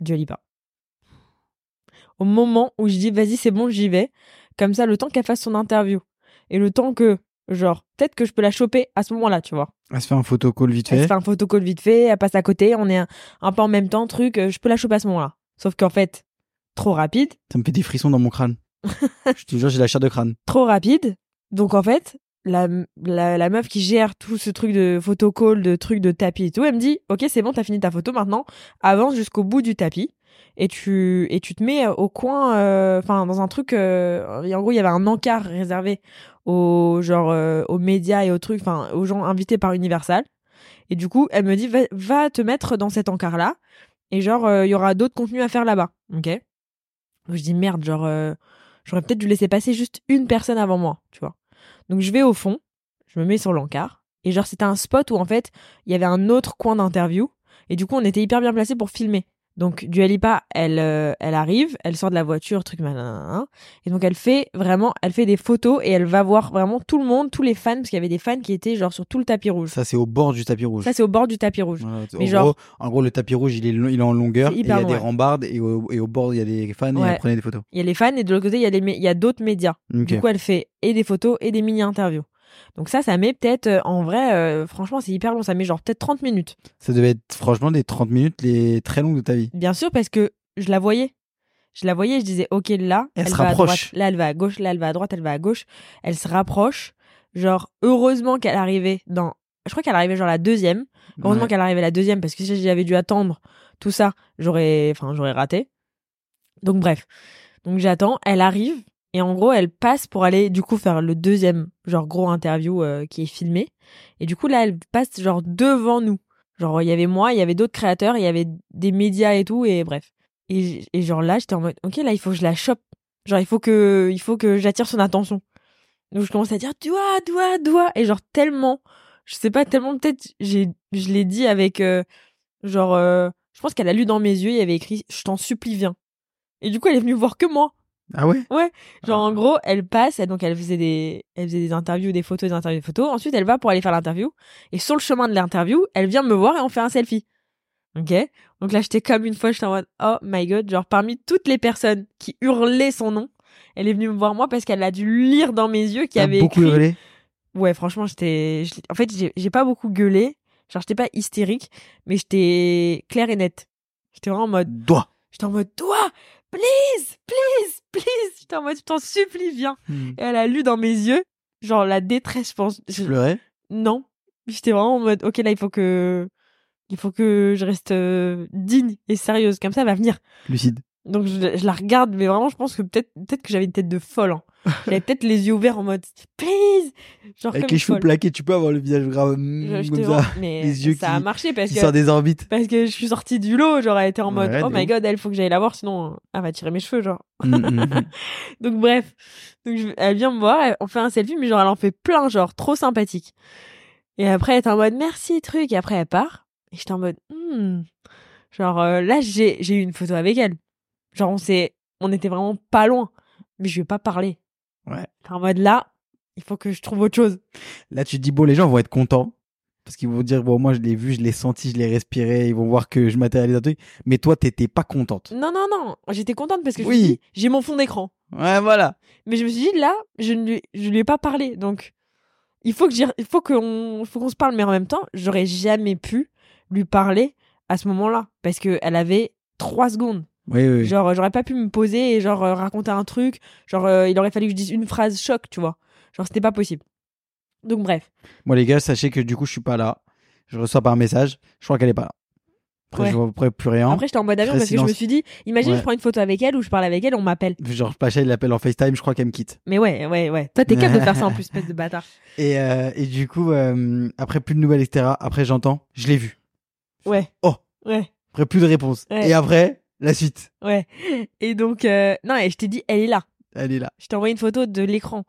Du Alipa. Au moment où je dis vas-y c'est bon j'y vais, comme ça le temps qu'elle fasse son interview et le temps que genre peut-être que je peux la choper à ce moment-là tu vois. Elle se fait un photocall vite Elle se fait. fait un photocall vite fait, elle passe à côté, on est un, un peu en même temps, truc, euh, je peux la choper à ce moment-là. Sauf qu'en fait, trop rapide, Ça me fait des frissons dans mon crâne. je te jure, j'ai la chair de crâne. trop rapide. Donc en fait, la, la, la meuf qui gère tout ce truc de photocall, de truc de tapis et tout, elle me dit, ok, c'est bon, t'as fini ta photo maintenant, avance jusqu'au bout du tapis. Et tu, et tu te mets au coin, euh, enfin dans un truc, euh, et en gros il y avait un encart réservé aux, genre, euh, aux médias et aux trucs, enfin aux gens invités par Universal. Et du coup, elle me dit, va, va te mettre dans cet encart-là, et genre, euh, il y aura d'autres contenus à faire là-bas. Ok Donc, Je dis, merde, genre, euh, j'aurais peut-être dû laisser passer juste une personne avant moi, tu vois. Donc, je vais au fond, je me mets sur l'encart, et genre, c'était un spot où, en fait, il y avait un autre coin d'interview, et du coup, on était hyper bien placés pour filmer. Donc, Dualipa, elle, euh, elle arrive, elle sort de la voiture, truc, malin, et donc elle fait vraiment, elle fait des photos et elle va voir vraiment tout le monde, tous les fans, parce qu'il y avait des fans qui étaient genre sur tout le tapis rouge. Ça, c'est au bord du tapis rouge. Ça, c'est au bord du tapis rouge. Voilà, en, Mais genre- gros, en gros, le tapis rouge, il est, long- il est en longueur, C'est et il y hyper a long, des ouais. rambardes, et au, et au bord, il y a des fans, et Ouais. elle prenait des photos. Il y a les fans et de l'autre côté, il y a, les mé- il y a d'autres médias. Ok. Du coup, elle fait et des photos et des mini-interviews. Donc ça, ça met peut-être, euh, en vrai, euh, franchement, c'est hyper long. Ça met genre peut-être 30 minutes. Ça devait être franchement des 30 minutes les très longues de ta vie. Bien sûr, parce que je la voyais. Je la voyais, je disais, ok, là, Elle se va à droite, rapproche. là, elle va à gauche, là, elle va à droite, elle va à gauche. Elle se rapproche. Genre, heureusement qu'elle arrivait dans... Je crois qu'elle arrivait genre la deuxième. Heureusement Ouais. qu'elle arrivait la deuxième parce que si j'avais dû attendre tout ça, j'aurais enfin j'aurais raté. Donc bref. Donc j'attends, elle arrive et en gros, elle passe pour aller du coup faire le deuxième genre gros interview euh, qui est filmé et du coup là, elle passe genre devant nous. Genre il y avait moi, il y avait d'autres créateurs, il y avait des médias et tout et bref. Et, j- et genre là, j'étais en mode OK, là il faut que je la chope. Genre il faut que il faut que j'attire son attention. Donc je commence à dire doigt doigt doigt et genre tellement je sais pas tellement peut-être j'ai je l'ai dit avec euh, genre euh, je pense qu'elle a lu dans mes yeux il y avait écrit je t'en supplie viens et du coup elle est venue voir que moi Ah ouais genre en gros elle passe elle, donc elle faisait des elle faisait des interviews des photos des interviews des photos ensuite elle va pour aller faire l'interview et sur le chemin de l'interview elle vient me voir et on fait un selfie ok donc là j'étais comme une fois j'étais en mode oh my god genre parmi toutes les personnes qui hurlaient son nom elle est venue me voir moi parce qu'elle a dû lire dans mes yeux qu'il y T'as avait beaucoup écrit hurlé Ouais, franchement, j'étais. je- En fait, j'ai j'ai pas beaucoup gueulé. Genre, j'étais pas hystérique, mais j'étais claire et nette. J'étais vraiment en mode. Doigt J'étais en mode, toi, please, please, please. J'étais en mode, je t'en supplie, viens. Hmm. Et elle a lu dans mes yeux, genre, la détresse, je pense. Tu Je- pleurais Non. J'étais vraiment en mode, ok, là, il faut que. Il faut que je reste euh, digne et sérieuse. Comme ça, elle va venir. Lucide. Donc je, je la regarde, mais vraiment, je pense que peut-être peut-être que j'avais une tête de folle. hein. J'avais peut-être les yeux ouverts en mode please, genre comme Avec les une cheveux folle. plaqués, tu peux avoir le visage grave Je- mm, je te comme jure, ça, mais les yeux ça qui- a marché parce qui que sort des orbites. parce que je suis sortie du lot, genre elle était en mode Ouais, oh de my ouf. god, elle faut que j'aille la voir sinon euh, elle va tirer mes cheveux genre. Mm, mm, mm. Donc bref, donc je- elle vient me voir, elle- on fait un selfie, mais genre elle en fait plein, genre trop sympathique. Et après elle est en mode merci truc, et après elle part. Et j'étais en mode hmm. genre euh, là j'ai j'ai eu une photo avec elle. Genre on s'est, on était vraiment pas loin, mais je vais pas parler. Ouais. J'étais En mode là, il faut que je trouve autre chose. Là, tu te dis, bon, les gens vont être contents. Parce qu'ils vont dire, bon, moi, je l'ai vu, je l'ai senti, je l'ai respiré, ils vont voir que je matérialise un truc. Mais toi, t'étais pas contente. Non non non, j'étais contente parce Mm, que je me Oui. suis dit, j'ai mon fond d'écran. Ouais, voilà. Mais je me suis dit, là, je ne lui, je lui ai pas parlé. Donc, il faut que j'y- il faut qu'on faut qu'on se parle. Mais en même temps, j'aurais jamais pu lui parler à ce moment-là. Parce qu'elle avait trois secondes. Oui, oui, oui. Genre, euh, j'aurais pas pu me poser et genre euh, raconter un truc. Genre, euh, il aurait fallu que je dise une phrase choc, tu vois. Genre, c'était pas possible. Donc, bref. Moi, les gars, sachez que du coup, je suis pas là. Je reçois pas un message. Je crois qu'elle est pas là. Après, Ouais. je vois après plus rien. Après, j'étais en mode avion Très parce que je me silence. suis dit, imagine, Ouais. je prends une photo avec elle ou je parle avec elle, on m'appelle. Genre, Pacha, il l'appelle en FaceTime. Je crois qu'elle me quitte. Mais ouais, ouais, ouais. Toi, t'es capable de faire ça en plus, espèce de bâtard. Et, euh, et du coup, euh, après, plus de nouvelles, etc. Après, j'entends. Je l'ai vu. Ouais. Oh. Ouais. Après, plus de réponse. Ouais. Et après, la suite. Ouais. Et donc, euh, non, et je t'ai dit, elle est là. Elle est là. Je t'ai envoyé une photo de l'écran.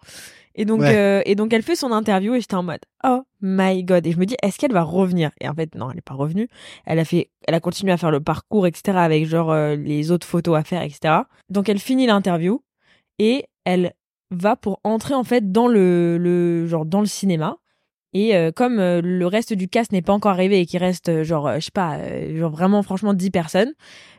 Et donc, Ouais. euh, et donc, elle fait son interview et j'étais en mode, oh my god. Et je me dis, est-ce qu'elle va revenir Et en fait, non, elle n'est pas revenue. Elle a fait, elle a continué à faire le parcours, etc., avec genre euh, les autres photos à faire, etc. Donc, elle finit l'interview et elle va pour entrer en fait dans le, le genre dans le cinéma. Et euh, comme euh, le reste du cast n'est pas encore arrivé et qu'il reste euh, genre euh, je sais pas euh, genre vraiment franchement 10 personnes,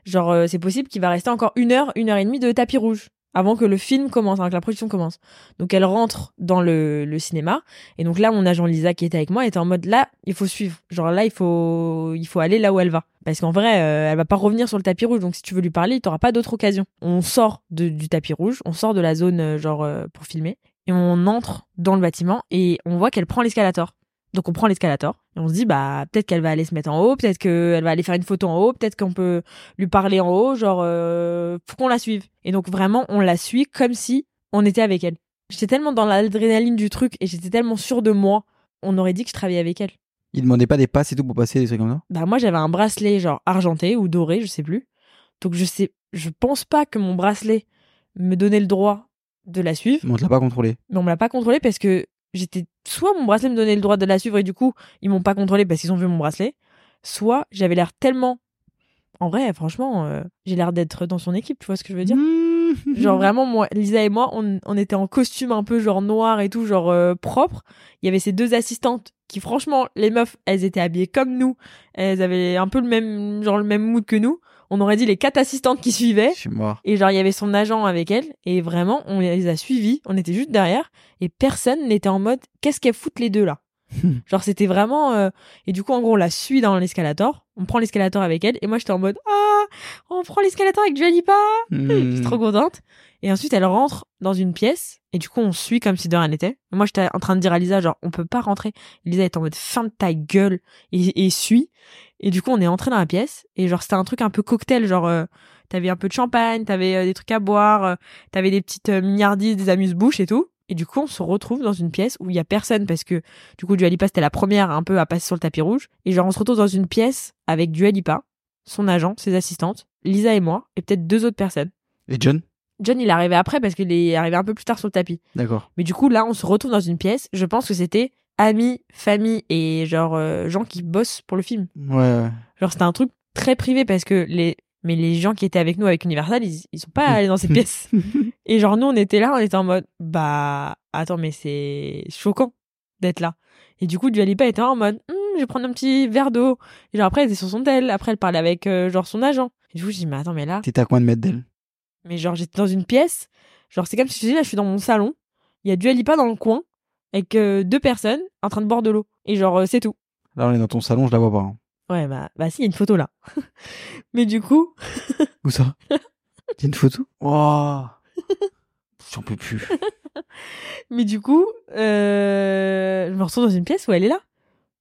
genre euh, c'est possible qu'il va rester encore une heure une heure et demie de tapis rouge avant que le film commence, avant que la production commence. Donc elle rentre dans le, le cinéma et donc là mon agent Lisa qui était avec moi était en mode là il faut suivre genre là il faut il faut aller là où elle va parce qu'en vrai euh, elle va pas revenir sur le tapis rouge donc si tu veux lui parler t'auras pas d'autre occasion. On sort de- du tapis rouge, on sort de la zone euh, genre euh, pour filmer et on entre dans le bâtiment et on voit qu'elle prend l'escalator. Donc on prend l'escalator et on se dit bah peut-être qu'elle va aller se mettre en haut, peut-être qu'elle va aller faire une photo en haut, peut-être qu'on peut lui parler en haut, genre euh, faut qu'on la suive. Et donc vraiment on la suit comme si on était avec elle. J'étais tellement dans l'adrénaline du truc et j'étais tellement sûre de moi, on aurait dit que je travaillais avec elle. Il demandait pas des passes et tout pour passer des trucs comme ça. Bah moi j'avais un bracelet genre argenté ou doré, je sais plus. Donc je sais je pense pas que mon bracelet me donnait le droit de la suivre. Mais on te l'a pas contrôlé. mais on me l'a pas contrôlé parce que j'étais soit mon bracelet me donnait le droit de la suivre et du coup ils m'ont pas contrôlé parce qu'ils ont vu mon bracelet soit j'avais l'air tellement en vrai franchement euh, j'ai l'air d'être dans son équipe tu vois ce que je veux dire Mm-hmm. genre vraiment moi Lisa et moi on, on était en costume un peu genre noir et tout genre euh, propre il y avait ces deux assistantes qui franchement les meufs elles étaient habillées comme nous elles avaient un peu le même genre le même mood que nous on aurait dit les quatre assistantes qui suivaient Je suis mort. Eh, et genre, il y avait son agent avec elle. Et vraiment, on les a suivis. On était juste derrière. Et personne n'était en mode, qu'est-ce qu'elles foutent les deux là Genre, c'était vraiment. euh, Et du coup, en gros, on la suit dans l'escalator. On prend l'escalator avec elle. Et moi, j'étais en mode, ah, on prend l'escalator avec Dualipa. Mm. Hmm. J'étais trop contente. Et ensuite, elle rentre dans une pièce. Et du coup, on suit comme si de rien n'était. Moi, j'étais en train de dire à Lisa, genre, on peut pas rentrer. Lisa est en mode, fin de ta gueule. Et, et suis. Et du coup, on est entré dans la pièce. Et genre, c'était un truc un peu cocktail. Genre, euh, t'avais un peu de champagne, t'avais euh, des trucs à boire, euh, t'avais des petites euh, mignardises, des amuse-bouches et tout. Et du coup, on se retrouve dans une pièce où il y a personne parce que du coup, Dualipa, c'était la première un peu à passer sur le tapis rouge. Et genre, on se retrouve dans une pièce avec Dualipa, son agent, ses assistantes, Lisa et moi, et peut-être deux autres personnes. Et John John, il est arrivé après parce qu'il est arrivé un peu plus tard sur le tapis. D'accord. Mais du coup, là, on se retrouve dans une pièce. Je pense que c'était amis, famille et genre euh, gens qui bossent pour le film. Ouais, ouais. Genre, c'était un truc très privé parce que les. Mais les gens qui étaient avec nous avec Universal, ils, ils sont pas allés dans ces pièces. Et genre, nous, on était là, on était en mode, bah, attends, mais c'est choquant d'être là. Et du coup, Dualipa était en mode, Hmm, je vais prendre un petit verre d'eau. Et genre, après, elle était sur son tel. Après, elle parlait avec, euh, genre, son agent. Et du coup, je dis, mais attends, mais là, T'étais à coin de mètres d'elle mais genre, j'étais dans une pièce. Genre, c'est comme si je te dis, là, je suis dans mon salon. Il y a du Alipa dans le coin avec euh, deux personnes en train de boire de l'eau. Et genre, euh, c'est tout. Là, on est dans ton salon, je la vois pas. hein. Ouais, bah, bah si, il y a une photo là. Mais du coup, Où ça T'as une photo Oh J'en peux plus. mais du coup, euh, je me retrouve dans une pièce où elle est là.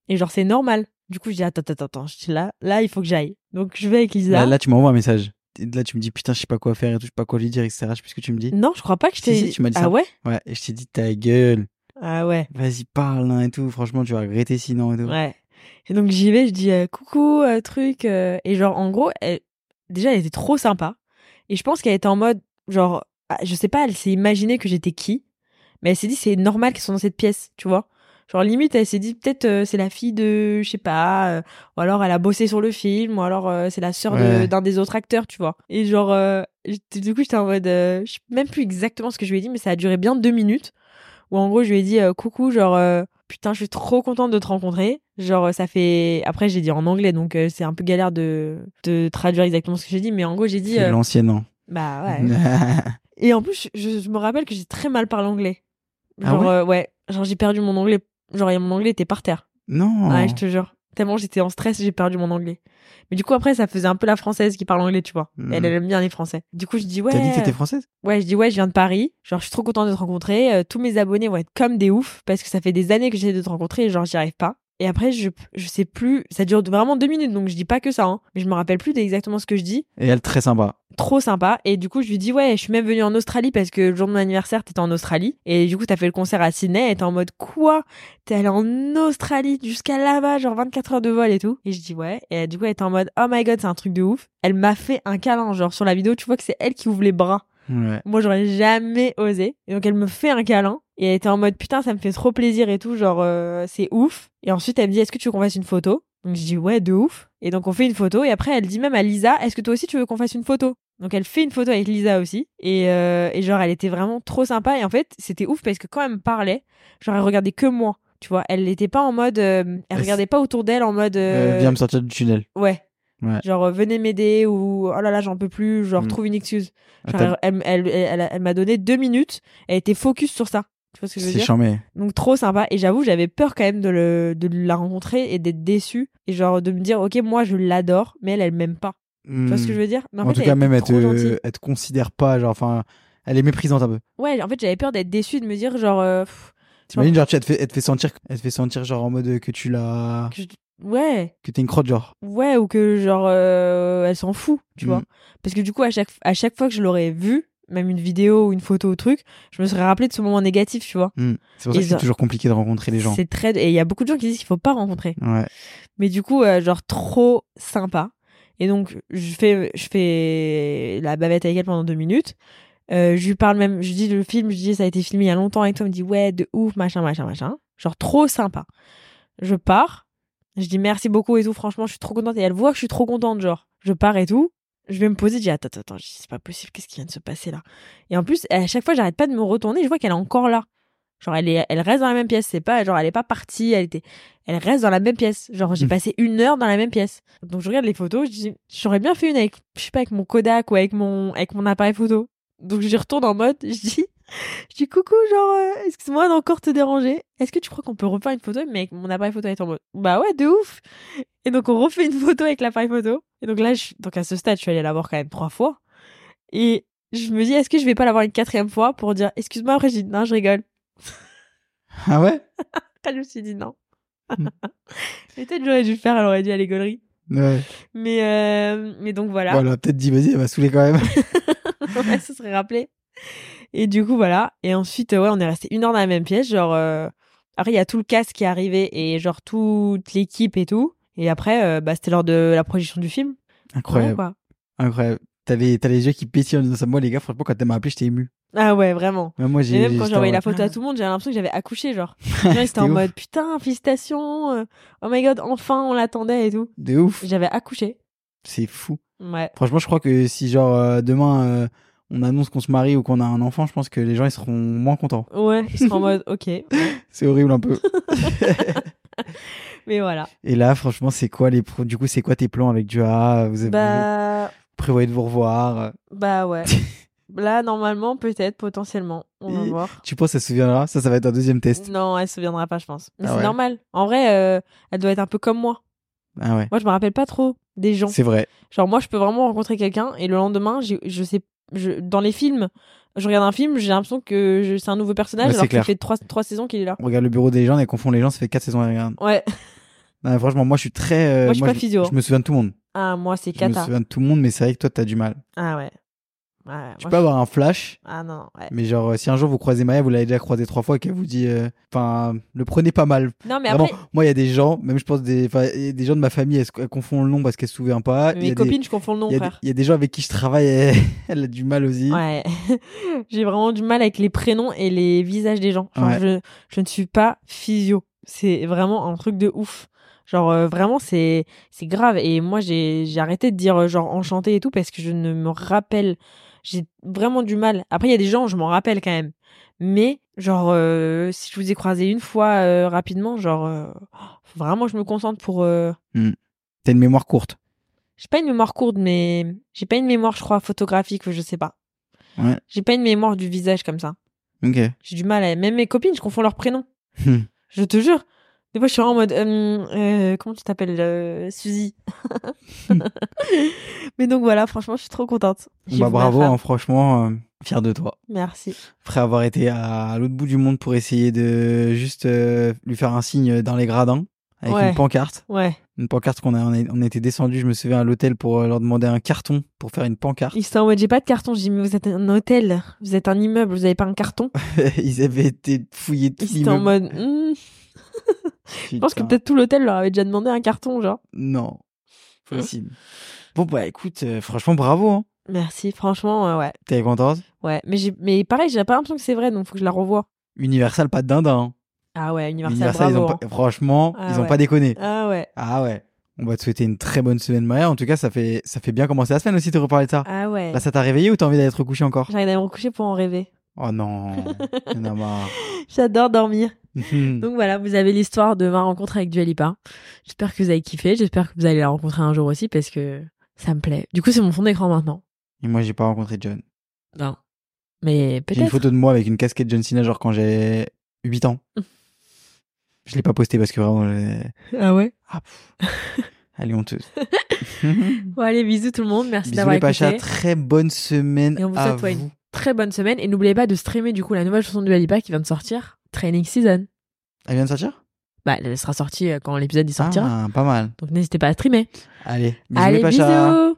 Et genre, c'est normal. Du coup, je dis, attends, attends, attends, je suis là, là, il faut que j'aille. Donc, je vais avec Lisa. Bah, Là, là, tu m'envoies un message. Et Là, tu me dis putain, je sais pas quoi faire et tout, je sais pas quoi lui dire, etc. Je sais plus ce que tu me dis. Non, je crois pas que je t'ai Si, si, tu m'as dit ah ça. ouais Ouais, et je t'ai dit ta gueule. Ah ouais. Vas-y, parle hein, et tout. Franchement, tu vas regretter sinon et tout. Ouais. Et donc j'y vais, je dis euh, coucou, euh, truc. euh, et genre, en gros, elle- déjà, elle était trop sympa. Et je pense qu'elle était en mode, genre, ah, je sais pas, elle s'est imaginée que j'étais qui. Mais elle s'est dit, c'est normal qu'ils sont dans cette pièce, tu vois. Genre, limite, elle s'est dit, peut-être euh, c'est la fille de, je sais pas, euh, ou alors elle a bossé sur le film, ou alors euh, c'est la sœur de- Ouais. d'un des autres acteurs, tu vois. Et genre, euh, j'étais- du coup, j'étais en mode, euh, je sais même plus exactement ce que je lui ai dit, mais ça a duré bien deux minutes. Où en gros, je lui ai dit, euh, coucou, genre, euh, putain, je suis trop contente de te rencontrer. Genre, euh, ça fait. Après, j'ai dit en anglais, donc euh, c'est un peu galère de, de traduire exactement ce que j'ai dit, mais en gros, j'ai dit. C'est hein. euh, l'ancien an. bah ouais. Et en plus, je, je me rappelle que j'ai très mal parlé anglais. Ah Genre, ouais euh, ouais. Genre, j'ai perdu mon anglais. Genre, et mon anglais était par terre. non. Ouais, je te jure. Tellement j'étais en stress, j'ai perdu mon anglais. Mais du coup, après, ça faisait un peu la française qui parle anglais, tu vois. Mhm. Elle, elle aime bien les français. Du coup, je dis, ouais. T'as dit que t'étais française Ouais, je dis ouais, je viens de Paris. Genre, je suis trop contente de te rencontrer. Euh, tous mes abonnés vont être comme des oufs parce que ça fait des années que j'essaie de te rencontrer et genre, j'y arrive pas. Et après, je, je sais plus. Ça dure vraiment deux minutes, donc je dis pas que ça, hein. Mais je me rappelle plus d'exactement ce que je dis. Et elle, très sympa. Trop sympa. Et du coup, je lui dis ouais, je suis même venue en Australie parce que le jour de mon anniversaire, t'étais en Australie. Et du coup, t'as fait le concert à Sydney et t'es en mode quoi T'es allé en Australie jusqu'à là-bas, genre 24 heures de vol et tout. Et je dis ouais. Et du coup, elle était en mode oh my god, c'est un truc de ouf. Elle m'a fait un câlin, genre sur la vidéo, tu vois que c'est elle qui ouvre les bras. Ouais. Moi, j'aurais jamais osé. Et donc, elle me fait un câlin. Et elle était en mode, putain, ça me fait trop plaisir et tout. Genre, euh, c'est ouf. Et ensuite, elle me dit, est-ce que tu veux qu'on fasse une photo Donc, je dis, ouais, de ouf. Et donc, on fait une photo. Et après, elle dit même à Lisa, est-ce que toi aussi, tu veux qu'on fasse une photo Donc, elle fait une photo avec Lisa aussi. Et, euh, et genre, elle était vraiment trop sympa. Et en fait, c'était ouf parce que quand elle me parlait, genre, elle regardait que moi. Tu vois, elle n'était pas en mode. euh, elle Elle regardait pas autour d'elle en mode. euh, Euh, viens me sortir du tunnel. ouais. Ouais. Genre, euh, venez m'aider ou oh là là, j'en peux plus, genre, Mm. trouve une excuse. Genre, Attends, elle elle, elle, elle- elle m'a donné deux minutes, elle était focus sur ça. Tu vois ce que je veux C'est dire charmé. Donc trop sympa. Et j'avoue, j'avais peur quand même de, le, de la rencontrer et d'être déçue. Et genre de me dire, ok, moi je l'adore, mais elle, elle m'aime pas. Tu vois ce que je veux dire Mais Hmm. En, tout fait, cas, elle même, était elle trop gentille. te, elle te considère pas. Genre, enfin, elle est méprisante un peu. Ouais, en fait, j'avais peur d'être déçue, de me dire, genre... euh, pff, T'imagines, genre, tu- elle te, fait, elle te fait sentir, elle te fait sentir, genre, en mode que tu l'as, que je- Ouais, que t'es une crotte, genre. ouais, ou que genre euh, elle s'en fout, tu Mm. vois. Parce que du coup, à chaque, à chaque fois que je l'aurais vue, même une vidéo ou une photo ou truc, je me serais rappelé de ce moment négatif, tu vois. Hmm. C'est pour ça Et que c'est genre- toujours compliqué de rencontrer les gens. C'est très... Et il y a beaucoup de gens qui disent qu'il faut pas rencontrer. Ouais. Mais du coup, euh, genre trop sympa. Et donc, je fais, je fais la bavette avec elle pendant deux minutes. Euh, je lui parle même, je lui dis le film, je lui dis ça a été filmé il y a longtemps et tout. Elle me dit ouais, de ouf, machin, machin, machin. Genre trop sympa. Je pars, je dis merci beaucoup et tout. Franchement, je suis trop contente. Et elle voit que je suis trop contente, genre. Je pars et tout. Je vais me poser, je dis attends, attends, attends, je dis, c'est pas possible, qu'est-ce qui vient de se passer là Et en plus, à chaque fois, j'arrête pas de me retourner, je vois qu'elle est encore là. Genre, elle, est, elle reste dans la même pièce, c'est pas, genre, elle est pas partie, elle était, elle reste dans la même pièce. Genre, j'ai Mm. passé une heure dans la même pièce. Donc, je regarde les photos, je dis, j'aurais bien fait une avec, je sais pas, avec mon Kodak ou avec mon, avec mon appareil photo. Donc, j'y retourne en mode, je dis, je dis coucou, genre, euh, excuse-moi d'encore te déranger. Est-ce que tu crois qu'on peut refaire une photo Mais avec mon appareil photo, elle est en mode, bah ouais, de ouf. Et donc, on refait une photo avec l'appareil photo. Et donc là, je, donc à ce stade, je suis allée la voir quand même trois fois. Et je me dis, est-ce que je vais pas la voir une quatrième fois pour dire, excuse-moi, Brigitte, non, je rigole. Ah ouais? Après, je me suis dit non. Hmm. Mais peut-être j'aurais dû le faire, elle aurait dû aller gaulerie. Ouais. Mais, euh, mais donc voilà, Bon, elle a peut-être dit, vas-y, elle m'a saoulé quand même. Ouais, ça serait rappelé. Et du coup, voilà. Et ensuite, euh, ouais, on est resté une heure dans la même pièce. Genre, euh, après, il y a tout le cast qui est arrivé et genre toute l'équipe et tout. Et après, euh, bah, c'était l'heure de la projection du film. Voilà, Incroyable. quoi. Incroyable. T'avais, t'as les yeux qui pétillent en disant ça. Moi, les gars, franchement, quand elle m'a appelé, j'étais ému. Ah ouais, vraiment. Même moi, j'ai. Et même quand j'étais j'ai envoyé en la mode, ah. photo à tout le monde, j'avais l'impression que j'avais accouché, genre. Les gens, ils étaient en C'était ouf. mode putain, félicitations, euh, oh my god, enfin on l'attendait et tout. De ouf. J'avais accouché. C'est fou. Ouais. Franchement, je crois que si, genre, euh, demain, euh, on annonce qu'on se marie ou qu'on a un enfant, je pense que les gens, ils seront moins contents. Ouais, ils sont en mode ok. C'est horrible un peu. Mais voilà. Et là, franchement, c'est quoi les pro- du coup, c'est quoi tes plans avec Dua Vous avez Bah, vous prévoyez de vous revoir bah ouais. Là, normalement, peut-être, potentiellement. On va Et- voir. Tu penses ça se souviendra Ça, ça va être un deuxième test. Non, elle se souviendra pas, je pense. Mais Ah c'est ouais. normal. En vrai, euh, elle doit être un peu comme moi. Ah ouais. Moi, je me rappelle pas trop des gens. C'est vrai. Genre moi, je peux vraiment rencontrer quelqu'un et le lendemain, j'ai- je sais, je, dans les films, je regarde un film, j'ai l'impression que je- c'est un nouveau personnage Ouais, Bah, c'est alors qu'il clair. fait trois, trois saisons qu'il est là. On regarde le bureau des légendes et confond les gens, ça fait 4 saisons à regarder. Ouais. Non, mais franchement, moi, je suis très. euh, Moi, je suis pas physio, hein. Je me souviens de tout le monde. Ah moi, c'est Je me cata. souviens de tout le monde, mais c'est vrai que toi, t'as du mal. Ah ouais. Ouais. Tu moi, peux avoir un flash, je- Ah non. Ouais. mais genre, euh, si un jour vous croisez Maya, vous l'avez déjà croisée trois fois et qu'elle vous dit. euh, Enfin, le prenez pas mal. Non mais Vraiment, après, moi, il y a des gens, même je pense des, enfin, il y a des gens de ma famille, elles, se- elles confondent le nom parce qu'elles se souviennent pas. Ah, Il y euh, mes a des- copines, je confonds le nom, Il y, a des- frère. il y a des gens avec qui je travaille, elle, elle a du mal aussi. Ouais. j'ai vraiment du mal avec les prénoms et les visages des gens. Genre, Ouais. je, je ne suis pas physio. C'est vraiment un truc de ouf. Genre, euh, vraiment, c'est, c'est grave. Et moi, j'ai, j'ai arrêté de dire, euh, genre, enchanté et tout parce que je ne me rappelle. J'ai vraiment du mal. Après, il y a des gens, je m'en rappelle quand même. Mais, genre, euh, si je vous ai croisé une fois euh, rapidement, genre, euh, faut vraiment, je me concentre pour. euh, T'as une mémoire courte. j'ai pas une mémoire courte, mais j'ai pas une mémoire, je crois, photographique, je sais pas. Ouais. J'ai pas une mémoire du visage comme ça. Ok. J'ai du mal à. Même mes copines, je confonds leurs prénoms. Hmm. Je te jure. Des fois, je suis vraiment en mode, Hum, euh, comment tu t'appelles, euh, Suzy Mais donc voilà, franchement, je suis trop contente. J'ai Bah, vu ma bravo, femme. hein, franchement, euh, fier de toi. Merci. Après avoir été à, à l'autre bout du monde pour essayer de juste euh, lui faire un signe dans les gradins avec Ouais. une pancarte. Ouais, Une pancarte qu'on a, on, a- on était descendu, je me souviens, à l'hôtel pour euh, leur demander un carton pour faire une pancarte. ils sont en mode, j'ai pas de carton. J'ai dit, mais vous êtes un hôtel, vous êtes un immeuble, vous avez pas un carton. Ils avaient été fouillés de tout Ils étaient en l'immeuble. mode, Hum, je pense que Putain. peut-être tout l'hôtel leur avait déjà demandé un carton, genre. Non. Possible. Bon, bah écoute, euh, franchement, bravo. Hein. Merci, franchement, euh, ouais. T'es contente Ouais, mais, j'ai- mais pareil, j'ai pas l'impression que c'est vrai, donc faut que je la revoie. Universal, pas de dindin. hein. Ah ouais, Universal, Universal, ils bravo. ont pas- franchement, Ah ils ont ouais. pas déconné. hein. Ah ouais, Ah ouais. On va te souhaiter une très bonne semaine, Maya. En tout cas, ça fait, ça fait bien commencer la semaine aussi de reparler de ça. ah ouais. Là, ça t'a réveillé ou t'as envie d'aller te recoucher encore J'arrive à me recoucher pour en rêver. Oh non, il y en a marre. J'adore dormir. Mhm. Donc voilà, vous avez l'histoire de ma rencontre avec Dualipa. J'espère que vous avez kiffé. J'espère que vous allez la rencontrer un jour aussi parce que ça me plaît. Du coup, c'est mon fond d'écran maintenant. Et moi, j'ai pas rencontré John. Ben, mais J'ai une peut-être. photo de moi avec une casquette John Cena, genre quand j'ai 8 ans. Je l'ai pas postée parce que vraiment, elle est- Ah ouais. ah, pff. elle est honteuse. Bon allez, bisous tout le monde. Merci Bisous d'avoir les écouté. Pachas, très bonne semaine Et on vous à souhaite, ouais, vous. Très bonne semaine et n'oubliez pas de streamer du coup la nouvelle chanson de Dualipa qui vient de sortir, Training Season. Elle vient de sortir Bah, elle sera sortie euh, quand l'épisode y sortira. Ah, Pas mal. Donc n'hésitez pas à streamer. Allez, bisous les allez, Pachas. bisous.